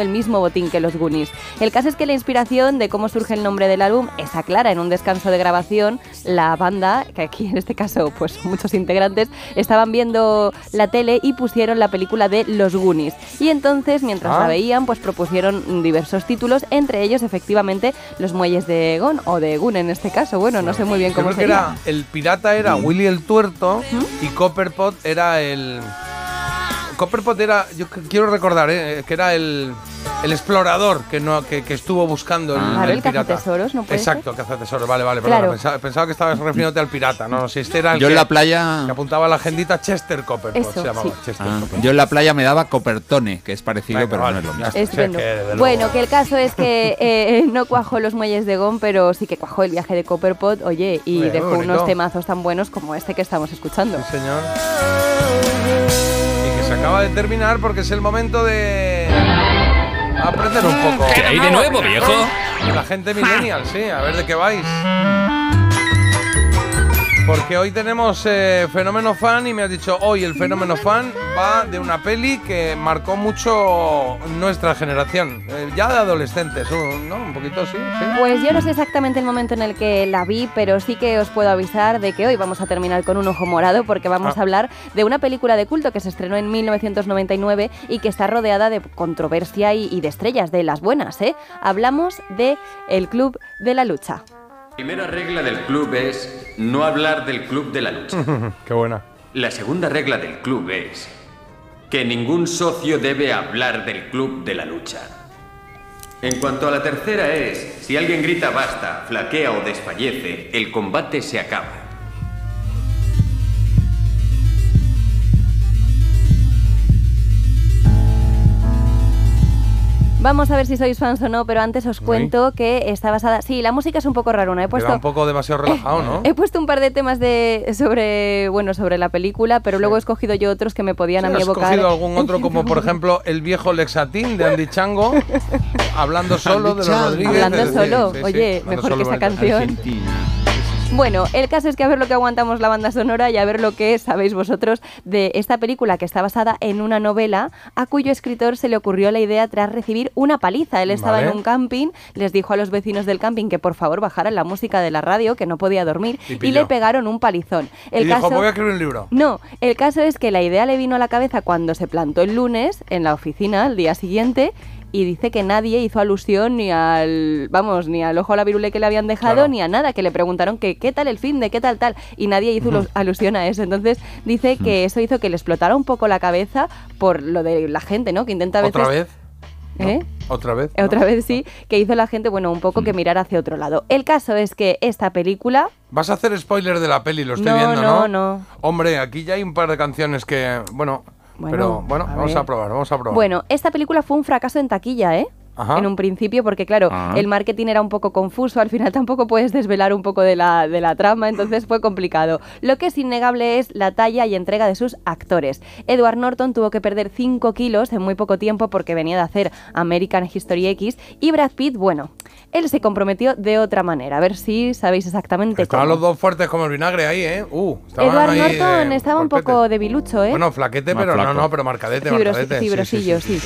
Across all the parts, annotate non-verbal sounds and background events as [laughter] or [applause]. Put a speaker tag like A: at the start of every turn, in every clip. A: el mismo botín que los Goonies. El caso es que la inspiración de cómo surge el nombre del álbum es aclara. En un descanso de grabación, la banda, que aquí en este caso pues son muchos integrantes, estaban viendo la tele y pusieron la película de Los Goonies. Y entonces, mientras
B: Ah.
A: la veían, pues propusieron diversos títulos, entre ellos efectivamente Los Muelles de Gon o de Gun en este caso. Bueno, no sé muy bien
B: Yo
A: cómo
B: creo que
A: sería.
B: era, el pirata era
C: Mm.
B: Willy el Tuerto y Copperpot era el... Copperpot era, yo qu- quiero recordar, ¿eh? que era el, el explorador que, no, que, que estuvo buscando el,
A: Claro, el
B: pirata.
A: cazatesoros, ¿no puede ser?
B: Exacto, cazatesoros, vale, vale, perdona,
A: Claro.
B: pensaba, pensaba que estabas refiriéndote al pirata, no, no, si este era el
C: Yo
B: que,
C: en la playa.
B: que apuntaba a la agendita Chester Copperpot,
A: Eso,
B: se llamaba
A: sí.
B: Chester
C: Ah,
B: Copperpot.
C: yo en la playa me daba copertone, que es parecido,
B: Venga,
C: pero
B: vale,
C: no es lo
B: ya
C: mismo.
B: está. O sea,
A: Estupendo.
B: que, desde
A: bueno,
B: luego-
A: que el caso es que eh, no cuajó los muelles de Gon, pero sí que cuajó el viaje de Copperpot, oye, y
B: Hombre,
A: dejó
B: muy bonito.
A: unos temazos tan buenos como este que estamos escuchando.
B: Sí, señor. Y que se acaba de terminar porque es el momento de aprender un poco.
D: ¿Qué hay de nuevo, viejo?
B: La gente millennial, sí, a ver de qué vais. Porque hoy tenemos eh, fenómeno fan y me has dicho, hoy el fenómeno fan va de una peli que marcó mucho nuestra generación, eh, ya de adolescentes, un- ¿no? Un poquito, sí,
A: [laughs]
B: sí.
A: Pues yo no sé exactamente el momento en el que la vi, pero sí que os puedo avisar de que hoy vamos a terminar con un ojo morado porque vamos
B: Ah.
A: a hablar de una película de culto que se estrenó en 1999 y que está rodeada de controversia y, y de estrellas, de las buenas, ¿eh? Hablamos de El Club de la Lucha.
E: primera regla del club es no hablar del club de la lucha.
B: Qué buena.
E: La segunda regla del club es que ningún socio debe hablar del club de la lucha. En cuanto a la tercera es, si alguien grita basta, flaquea o desfallece, el combate se acaba.
A: Vamos a ver si sois fans o no, pero antes os cuento que está basada. Sí, la música es un poco raruna. He
B: Queda
A: puesto,
B: un poco demasiado relajado, ¿no?
A: [laughs] he puesto un par de temas de sobre bueno sobre la película, pero luego he escogido yo otros que me podían a
B: Sí,
A: mí
B: ¿Has
A: evocar.
B: cogido algún
A: [laughs]
B: otro como por ejemplo el viejo Lexatín de Andy Chango hablando solo de los
C: Chango.
B: Rodríguez?
A: Hablando
B: Sí, sí,
A: solo,
B: sí, sí,
A: oye,
B: hablando
A: mejor
B: solo,
A: que esa
B: bonito.
A: canción.
C: Argentina.
A: Bueno, el caso es que a ver lo que aguantamos la banda sonora y a ver lo que sabéis vosotros de esta película que está basada en una novela a cuyo escritor se le ocurrió la idea tras recibir una paliza. Él estaba
B: Vale.
A: en un camping, les dijo a los vecinos del camping que por favor bajaran la música de la radio, que no podía dormir,
B: Y
A: y,
B: pilló.
A: le pegaron un palizón. El
B: y
A: caso...
B: dijo, voy a escribir un libro.
A: No, el caso es que la idea le vino a la cabeza cuando se plantó el lunes en la oficina al día siguiente y dice que nadie hizo alusión ni al, vamos, ni al ojo a la virule que le habían dejado
B: Claro.
A: ni a nada, que le preguntaron que qué tal el fin de qué tal tal y nadie hizo lu- alusión a eso. Entonces dice que eso hizo que le explotara un poco la cabeza por lo de la gente, ¿no? Que intenta a veces
B: ¿Otra vez?
A: ¿Eh?
B: ¿Otra vez?
A: Otra vez sí, que hizo la gente, bueno, un poco que mirar hacia otro lado. El caso es que esta película
B: Vas a hacer spoiler de la peli, lo estoy
A: No,
B: viendo,
A: no,
B: ¿no?
A: no.
B: Hombre, aquí ya hay un par de canciones que, bueno,
A: Bueno,
B: pero bueno,
A: a
B: vamos
A: ver.
B: a probar, vamos a probar.
A: Bueno, esta película fue un fracaso en taquilla, ¿eh?
B: Ajá.
A: En un principio, porque claro,
C: Ah.
A: el marketing era un poco confuso, al final [laughs] tampoco puedes desvelar un poco de la, de la trama, entonces fue complicado. Lo que es innegable es la talla y entrega de sus actores. Edward Norton tuvo que perder 5 kilos en muy poco tiempo porque venía de hacer American History X y Brad Pitt, bueno, él se comprometió de otra manera, a ver si sabéis exactamente
B: Estaban
A: cómo.
B: los dos fuertes como el vinagre ahí, ¿eh? Uh, estaban
A: Edward
B: ahí
A: Norton
B: de
A: estaba un
B: golpete.
A: poco debilucho, ¿eh?
B: Bueno, flaquete,
C: Más
B: pero no,
C: flaco.
B: no, pero marcadete,
A: Fibros-
B: marcadete. Sí, sí,
A: fibrosillo, sí,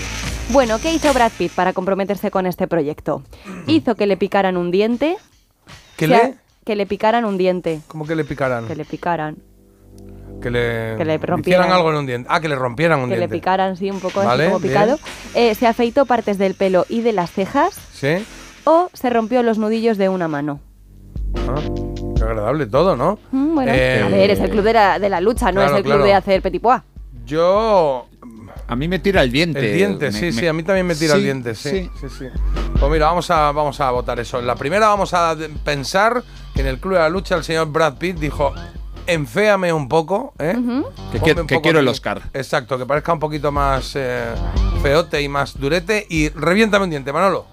A: Bueno, ¿qué hizo Brad Pitt para comprometerse con este proyecto? Hizo que le picaran un diente.
B: Mm. ¿Que
A: que a-
B: le? Mm.
A: Que le picaran un diente.
B: ¿Cómo que le picarán?
A: Que le picaran.
B: Que le,
A: Que le
B: hicieran
A: rompieran.
B: algo en un diente. Ah, que le rompieran un
A: Que le
B: diente.
A: picaran, sí, un poco así
B: Vale,
A: como picado. Eh, se afeitó partes del pelo y de las cejas.
B: Sí.
A: O se rompió los nudillos de una mano.
B: Ah, qué agradable todo, ¿no?
A: Mm, bueno,
B: Eh,
A: a ver, es el club de la, de la lucha, no
B: claro,
A: es el club
B: claro.
A: de hacer petit pois.
B: Yo.
C: A mí me tira el diente.
B: El diente, sí,
C: Me-
B: sí,
C: me-
B: a mí también me tira el
C: Sí,
B: diente, sí. sí. sí. Pues mira, vamos a, vamos a votar eso. En la primera vamos a de- pensar que en el Club de la Lucha el señor Brad Pitt dijo. Enféame un poco, ¿eh?
C: Que
B: Ponme
C: quiero-
B: un
C: que
B: poco
C: quiero el
B: aquí".
C: Oscar.
B: Exacto, que parezca un poquito más eh, feote y más durete. Y reviéntame un diente, Manolo.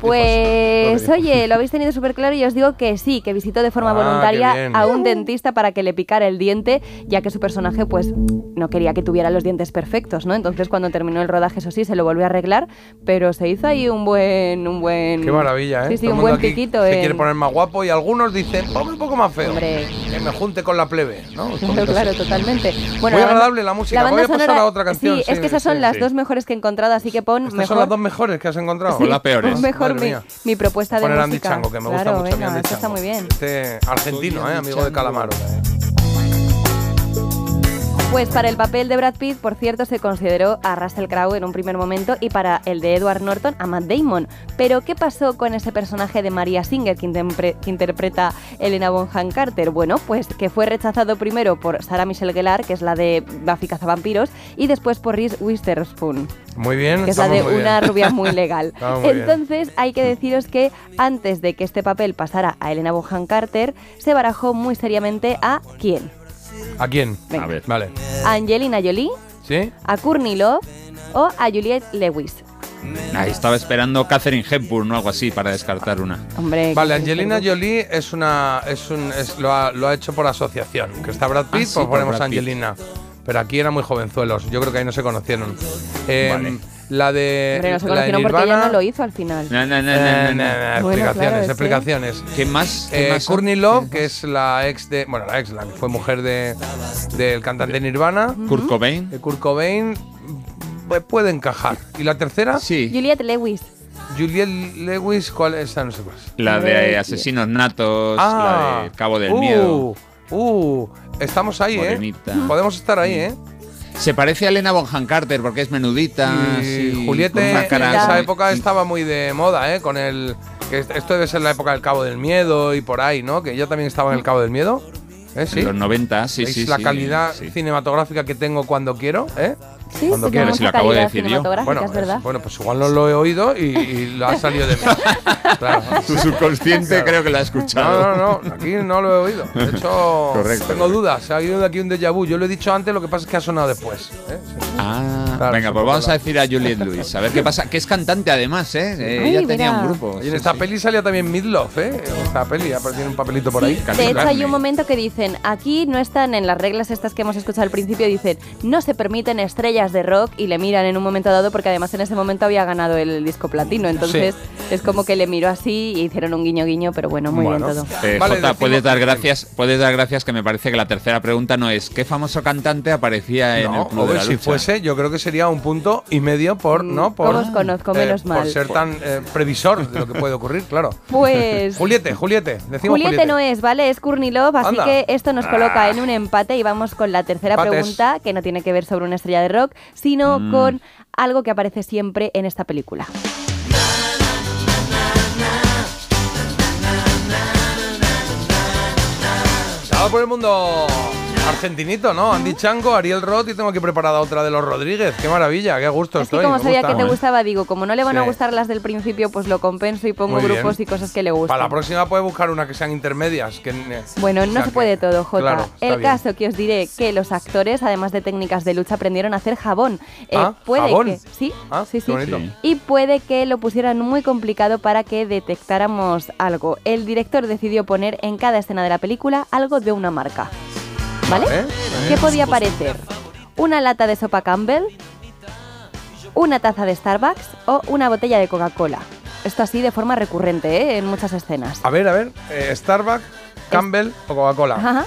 A: Pues oye, lo habéis tenido súper claro y os digo que sí, que visitó de forma
B: Ah, qué
A: voluntaria
B: bien.
A: a un dentista para que le picara el diente, ya que su personaje pues no quería que tuviera los dientes perfectos, ¿no? Entonces cuando terminó el rodaje, eso sí, se lo volvió a arreglar, pero se hizo ahí un buen, un buen...
B: Qué maravilla, ¿eh?
A: Sí, sí,
B: Todo el
A: un
B: mundo
A: buen
B: aquí
A: piquito.
B: Se
A: en-
B: quiere poner más guapo y algunos dicen, ponme un poco más feo.
A: Hombre.
B: Que me junte con la plebe, ¿no?
A: [laughs] [laughs] Claro, claro, totalmente. Bueno,
B: Muy
A: la banda-
B: agradable la música.
A: banda
B: Voy a pasar
A: sonora-
B: a otra canción,
A: Sí, es
B: sí,
A: que esas
B: sí,
A: son las
C: sí.
A: dos mejores que he encontrado, así que pon
B: Estas
A: mejor.
B: son las dos mejores que has encontrado.
A: Sí,
C: las peores.
A: pon [laughs] mejor
B: Madre
A: mi,
B: mía.
A: mi propuesta de
B: Poner Andy
A: música.
B: Chango, que me
A: Claro,
B: gusta mucho a mí
A: venga,
B: Andy
A: esto está
B: Chango.
A: muy bien.
B: Este argentino, ¿eh? Amigo de Calamaro.
A: Pues para el papel de Brad Pitt, por cierto, se consideró a Russell Crowe en un primer momento y para el de Edward Norton a Matt Damon. Pero ¿qué pasó con ese personaje de Maria Singer que, intempre- que interpreta Elena Bonham Carter? Bueno, pues que fue rechazado primero por Sarah Michelle Gellar, que es la de Buffy cazavampiros, y después por Reese Witherspoon.
B: Muy bien,
A: que es la
B: estamos
A: de
B: muy
A: una
B: bien.
A: rubia
B: [laughs]
A: muy legal.
B: Estamos muy bien.
A: Entonces hay que deciros que antes de que este papel pasara a Elena Bonham Carter, se barajó muy seriamente a quién?
B: ¿A quién?
A: Venga.
C: A ver.
B: Vale.
A: A Angelina Jolie,
B: ¿Sí?
A: a Courtney Love o a Juliette Lewis.
C: Ay, estaba esperando Catherine Hepburn o algo así para descartar una.
A: Hombre. que-
B: Vale, Angelina Jolie es una, es un, es- lo, ha, lo ha hecho por asociación. Que está Brad Pitt,
C: Ah,
B: pues
C: sí, por
B: ponemos
C: Brad Pitt.
B: Angelina. Pero aquí eran muy jovenzuelos. Yo creo que ahí no se conocieron. Eh,
C: Vale.
B: La de.
A: Hombre, no se
B: eh, la de
A: conocieron porque ella
B: Nirvana-
A: no lo hizo al final.
C: Na, na, na, na,
B: Eh,
C: na, na.
B: na, na,
A: Bueno, claro,
B: Explicaciones,
A: sí.
B: explicaciones.
C: ¿Qué más? ¿Qué
B: Eh,
C: más?
B: Courtney Love, que es la ex de. Bueno, la ex, la que fue mujer de, del cantante Nirvana.
C: Kurt Cobain.
B: De Kurt Cobain. Pues puede encajar. ¿Y la tercera?
C: Sí.
A: Juliette Lewis.
B: Juliette Lewis, ¿cuál es? Esa no sé cuál es.
C: La de eh, Asesinos Natos, pues, la de Cabo del
B: uh,
C: Miedo.
B: Uh, estamos ahí, ¿eh?
C: Morenita.
B: Podemos estar ahí, ¿eh?
C: Se parece a Elena Bonham Carter porque es menudita.
B: y
C: Ah, sí, con
B: Juliette
C: una
B: en
C: cara
B: esa
C: muy-
B: época estaba muy de moda, ¿eh? Con el. que est- esto debe ser la época del Cabo del Miedo y por ahí, ¿no? Que ella también estaba en el Cabo del Miedo. ¿Eh? Sí.
C: En los 90, sí,
B: ¿Veis
C: sí.
B: la
C: sí,
B: calidad
C: sí.
B: cinematográfica que tengo cuando quiero? ¿eh?
A: Sí,
B: Cuando
A: sí, tenemos
B: quieras,
C: si lo
A: esa
C: acabo de
A: calidad
C: decir yo.
A: cinematográfica,
B: Bueno,
A: es verdad.
B: es- bueno, pues igual no lo he oído y, y lo ha salido
C: [laughs]
B: de mí. Claro.
C: Tu subconsciente
B: Claro.
C: creo que la ha
B: No,
C: escuchado.
B: no, no, aquí no lo he oído. De [laughs] hecho,
C: Correcto,
B: tengo
C: correcto.
B: dudas. Ha habido aquí un déjà vu. Yo lo he dicho antes, lo que pasa es que ha sonado después. ¿eh? Sí.
C: Ah,
B: Claro,
C: venga,
B: es
C: pues
B: un
C: vamos
B: poco
C: a decir a Juliette Lewis. A ver qué pasa. Que es cantante además, ¿eh? Eh,
A: Ay,
C: ella tenía
A: mira.
C: un grupo.
B: Y Pues en
C: sí,
B: esta
C: sí.
B: peli salía también Midlove, ¿eh? En esta peli, ha aparecido un papelito por ahí.
A: Sí,
C: Casi
A: de hecho hay
C: Blarney.
A: un momento que dicen, aquí no están en las reglas estas que hemos escuchado al principio, dicen, no se permiten estrellas de rock y le miran en un momento dado porque además en ese momento había ganado el disco platino, entonces es como que le miró así y hicieron un guiño guiño, pero bueno, muy
B: Bueno.
A: bien todo.
C: Eh,
B: Vale,
C: Jota,
B: decimos-
C: puedes dar gracias, puedes dar gracias que me parece que la tercera pregunta no es ¿qué famoso cantante aparecía en
B: No,
C: el club
B: hombre,
C: de la
B: si
C: lucha?
B: fuese, yo creo que sería un punto y medio por,
A: Mm,
B: ¿no? Por, eh,
A: ¿cómo os conozco? Menos
B: Por
A: mal.
B: ser tan eh, previsor de lo que puede ocurrir,
A: [laughs]
B: claro. [laughs]
A: Pues...
B: Juliete, Juliete, decimos
A: Juliette no es, ¿vale? Es Kurnilov, así
B: Anda. Ah.
A: que esto nos coloca en un empate y vamos con la tercera
B: Empates. Mm.
A: pregunta, que no tiene que ver sobre una estrella de rock, sino con algo que aparece siempre en esta película.
B: Estaba por el mundo argentinito, ¿no? Andy Chango, Ariel Roth y tengo aquí preparada otra de los Rodríguez. Qué maravilla, qué gusto
A: Es que
B: estoy.
A: como
B: me
A: sabía
B: gusta.
A: que te gustaba, digo, como no le van a
B: Sí.
A: gustar las del principio, pues lo compenso y pongo
B: Muy bien.
A: grupos y cosas que le gustan.
B: Para la próxima puedes buscar una que sean intermedias. Que, eh,
A: Bueno,
B: o sea
A: no se
B: que-
A: puede todo, Jota.
B: Claro, está
A: el
B: bien.
A: caso que os diré que los actores, además de técnicas de lucha, aprendieron a hacer jabón. Eh,
B: Ah,
A: puede
B: jabón.
A: que sí,
B: Ah,
A: sí,
B: qué
A: sí.
B: bonito.
C: Sí.
A: Y puede que lo pusieran muy complicado para que detectáramos algo. El director decidió poner en cada escena de la película algo de una marca. ¿Vale?
B: Vale,
A: ¿Qué podía parecer? ¿Una lata de sopa Campbell? ¿Una taza de Starbucks? ¿O una botella de Coca-Cola? Esto así de forma recurrente, ¿eh? En muchas escenas.
B: A ver, a ver. eh, Starbucks, Campbell o Coca-Cola.
A: Ajá.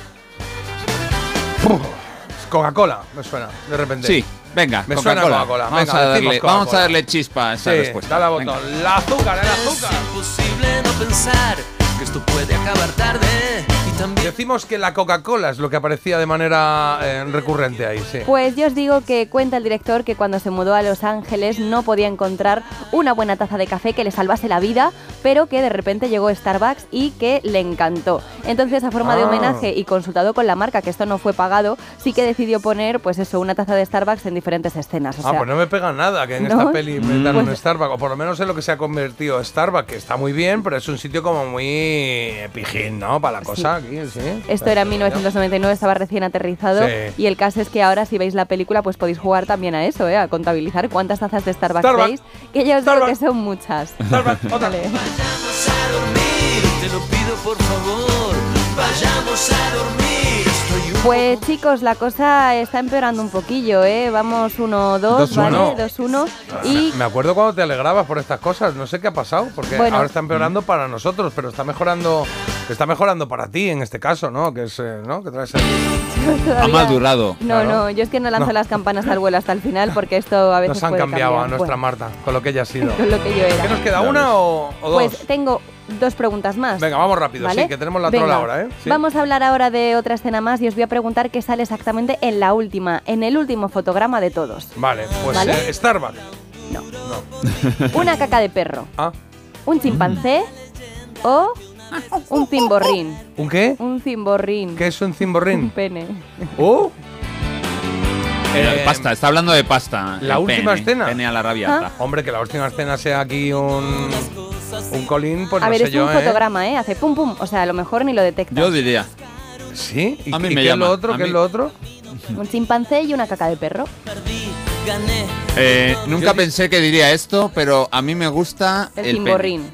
B: Coca-Cola, me suena, de repente.
C: Sí, venga,
B: Me suena
C: Coca-Cola.
B: Coca-Cola,
C: Vamos,
B: venga,
C: a
B: decimos
C: darle,
B: Coca-Cola.
C: vamos a darle chispa a esa
B: Sí,
C: respuesta.
B: dale al
C: Venga.
B: botón. La azúcar, el azúcar.
D: Es imposible no pensar que esto puede acabar tarde y también
B: Decimos que la Coca-Cola es lo que aparecía de manera eh, recurrente ahí, sí.
A: Pues yo os digo que cuenta el director que cuando se mudó a Los Ángeles no podía encontrar una buena taza de café que le salvase la vida, pero que de repente llegó Starbucks y que le encantó. Entonces, a forma de
B: Ah.
A: homenaje y consultado con la marca, que esto no fue pagado, sí que decidió poner, pues eso, una taza de Starbucks en diferentes escenas. O
B: ah,
A: sea,
B: pues no me pega nada que en
A: ¿no?
B: esta peli me dan
A: Pues-
B: un Starbucks, o por lo menos es lo que se ha convertido Starbucks, que está muy bien, pero es un sitio como muy muy pijín, ¿no? Para la cosa aquí, sí.
A: Esto era en 1999, estaba recién aterrizado
B: Sí.
A: y el caso es que ahora si veis la película pues podéis jugar también a eso, ¿eh? a contabilizar cuántas tazas de Starbucks
B: Starbucks.
A: veis, que ya os digo
B: Starbucks.
A: que son muchas.
B: Starbucks, otra.
A: Vale.
D: Vayamos a dormir, te lo pido por favor. Vayamos a dormir, estoy un
A: Pues chicos, la cosa está empeorando un poquillo, ¿eh? Vamos 1-2,
B: Dos,
A: ¿vale?
B: uno. Ah,
A: 2-1 y
B: Me acuerdo cuando te alegrabas por estas cosas, no sé qué ha pasado, porque
A: Bueno. Mm.
B: ahora está empeorando para nosotros, pero está mejorando, está mejorando para ti en este caso, ¿no? Que es, eh, ¿no? Que traes el-
A: todavía-
C: Ha madurado.
A: No,
B: Claro.
A: no, yo es que no lanzo las campanas al vuelo hasta el final porque esto a veces
B: nos han
A: puede
B: cambiado
A: cambiar.
B: a nuestra
A: Bueno,
B: Marta, con lo que ella
A: [laughs]
B: ha sido.
A: con lo que yo
B: ¿Qué
A: era.
B: nos queda, una o, o dos?
A: Pues tengo dos preguntas más.
B: Venga, vamos rápido,
A: ¿Vale?
B: sí, que tenemos la trola
A: Venga,
B: ahora, ¿eh? Sí.
A: Vamos a hablar ahora de otra escena más y os voy a preguntar qué sale exactamente en la última, en el último fotograma de todos.
B: Vale, pues
A: ¿Vale?
B: eh, Starbucks.
A: No.
B: No.
A: Una caca de perro,
B: Ah,
A: un chimpancé o un cimborrín.
B: ¿un qué?
A: Un cimborrín.
B: ¿Qué es un
A: Un [laughs]
B: cimborrín?
A: pene.
B: ¡Oh!
C: Eh,
B: Eh,
C: pasta, está hablando de pasta.
B: la
C: El
B: última
C: pene,
B: escena.
C: Pene a la rabiata.
B: Hombre, que la última escena sea aquí un. Un colín, pues
A: a
B: no
A: ver,
B: sé
A: es
B: yo,
A: un
B: ¿eh?
A: fotograma, ¿eh? Hace pum pum. O sea, a lo mejor ni lo detecta.
C: Yo diría.
B: Sí, ¿y,
C: A mí
B: y
C: me
B: qué es
C: llama,
B: lo otro?
C: a
B: ¿Qué es
C: mí-
B: lo otro?
A: Un chimpancé y una caca de perro.
C: eh, nunca
B: Yo di-
C: pensé que diría esto, pero a mí me
A: El,
C: gusta el pene. Ah,
A: cimborrín.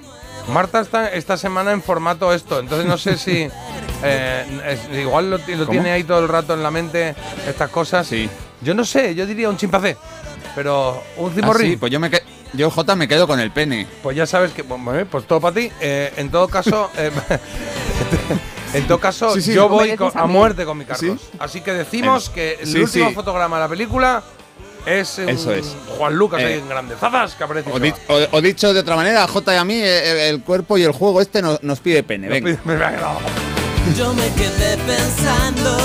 B: Marta está esta semana en formato esto, entonces no sé
C: [laughs]
B: si. eh, es- igual lo, ti- lo
C: ¿Cómo?
B: tiene ahí todo el rato en la mente estas cosas.
C: Sí.
B: Yo no sé, yo diría un chimpancé, pero un
C: Ah,
B: cimorrín.
C: sí, pues yo me que- yo J me quedo con el pene.
B: Pues ya sabes que, bueno, eh, pues todo para ti. Eh, en todo
C: [laughs]
B: caso, eh, [laughs] en todo caso,
C: Sí, sí.
B: yo
A: Me
B: voy
A: dices
B: con-
A: a
B: a
A: mí.
B: muerte con mi Carlos.
C: Sí.
B: Así que decimos
C: Venga.
B: que el
C: Sí,
B: último
C: sí.
B: fotograma de la película es, un
C: Eso es.
B: Juan Lucas ahí
C: Eh,
B: en grande. ¡Zazas! Que aparece. y
C: O,
B: se
C: di-
B: va.
C: o- o dicho de otra manera, a J y a mí eh, eh, el, cuerpo y el juego este no- nos pide pene.
B: Me
A: [laughs]
C: Venga.
B: me ha quedado.
D: Yo me quedé pensando,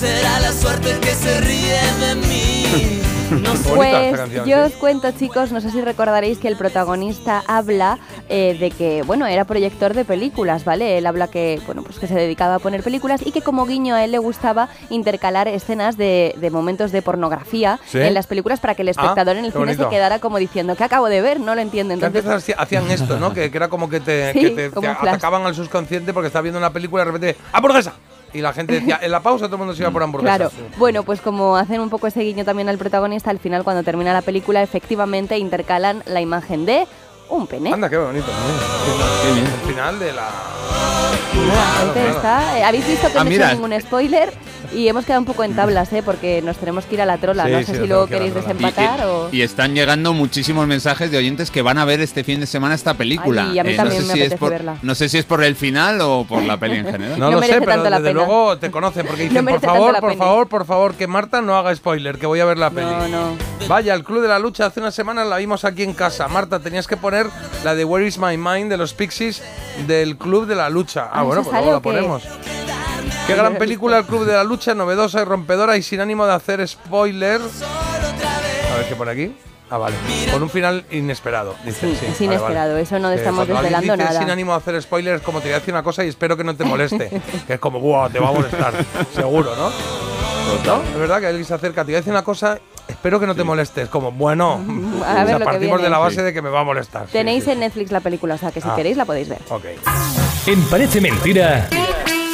D: será la suerte el que se ríe de mí. No sé.
B: Bonita esta
A: Pues
B: canción,
A: yo os
B: ¿sí?
A: cuento, chicos, no sé si recordaréis que el protagonista habla eh, de que, bueno, era proyector de películas, ¿vale? Él habla que, bueno, pues que se dedicaba a poner películas y que como guiño a él le gustaba intercalar escenas de, de momentos de pornografía
B: ¿Sí? Ah,
A: en las películas para que el espectador en el
B: qué
A: cine se
B: bonito.
A: quedara como diciendo, ¿qué acabo de ver? No lo entiendo.
B: Que
A: Entonces,
B: antes hacía- hacían esto, ¿no? Que, que era como que
A: [laughs]
B: te,
A: Sí,
B: que te-
A: como
B: te
A: un flash.
B: atacaban al subconsciente porque estaba viendo una película y de repente ¡Ah, ¡hamburguesa! Y la gente
A: [laughs]
B: decía, en la pausa todo el mundo se iba por hamburguesa.
A: Claro, bueno, pues como hacen un poco ese guiño también al protagonista, al final cuando termina la película efectivamente intercalan la imagen de un pene.
B: Anda, qué bonito.
C: Qué bien.
B: El final de la...
A: Ahí te está. Eh, Habéis visto que
C: Ah,
A: no he
C: mira.
A: hecho ningún spoiler y hemos quedado un poco en tablas, ¿eh? porque nos tenemos que ir a la trola.
B: Sí,
A: no
B: sí,
A: sé
B: nos
A: si
B: tenemos
A: luego
B: que ir a la
A: queréis
B: trola.
C: Y,
A: desempatar
C: y-
A: o...
C: y están llegando muchísimos mensajes de oyentes que van a ver este fin de semana esta película. Eh,
A: Ay, y a mí también
C: no sé
A: me
C: si
A: apetece
C: es por,
A: verla.
C: No sé si es por el final o por la peli
A: [laughs]
C: en general.
B: No,
A: No
B: lo
A: merece
B: sé, pero
A: tanto la
B: desde
A: pena.
B: luego te conocen porque dicen, por
A: merece tanto la
B: favor, por
A: pena".
B: favor, por favor, que Marta no haga spoiler, que voy a ver la peli.
A: No, no.
B: Vaya, el Club de la Lucha hace una semana la vimos aquí en casa. Marta, tenías que poner la de Where is my mind de los Pixies del Club de la Lucha. Ah,
A: Ah,
B: bueno,
A: ¿esa
B: pues luego la
A: sale o
B: ponemos.
A: [laughs]
B: Qué gran película el Club de la Lucha, novedosa y rompedora y sin ánimo de hacer spoiler. A ver qué pone aquí. Ah, vale. Con un final inesperado.
A: Sí,
B: dice, sí,
A: es
B: vale, vale.
A: inesperado, eso no
B: Eh,
A: estamos
B: cuando alguien
A: desvelando
B: dice
A: nada.
B: Sin ánimo de hacer spoilers, como te voy a decir una cosa y espero que no
A: [laughs]
B: te moleste. que es como, wow, te va a molestar. seguro, ¿no?
A: Pues
B: ¿No? Es verdad que alguien se acerca, te voy a decir una cosa, espero que no te molestes. Como, bueno,
A: [laughs] a ver
B: o sea,
A: lo que
B: partimos de
A: viene.
B: la base
C: Sí.
B: de que me va a molestar. Sí,
A: Tenéis
B: sí,
A: en Netflix la película, o sea que si
B: Ah.
A: queréis la podéis ver.
B: Ok.
F: En Parece Mentira,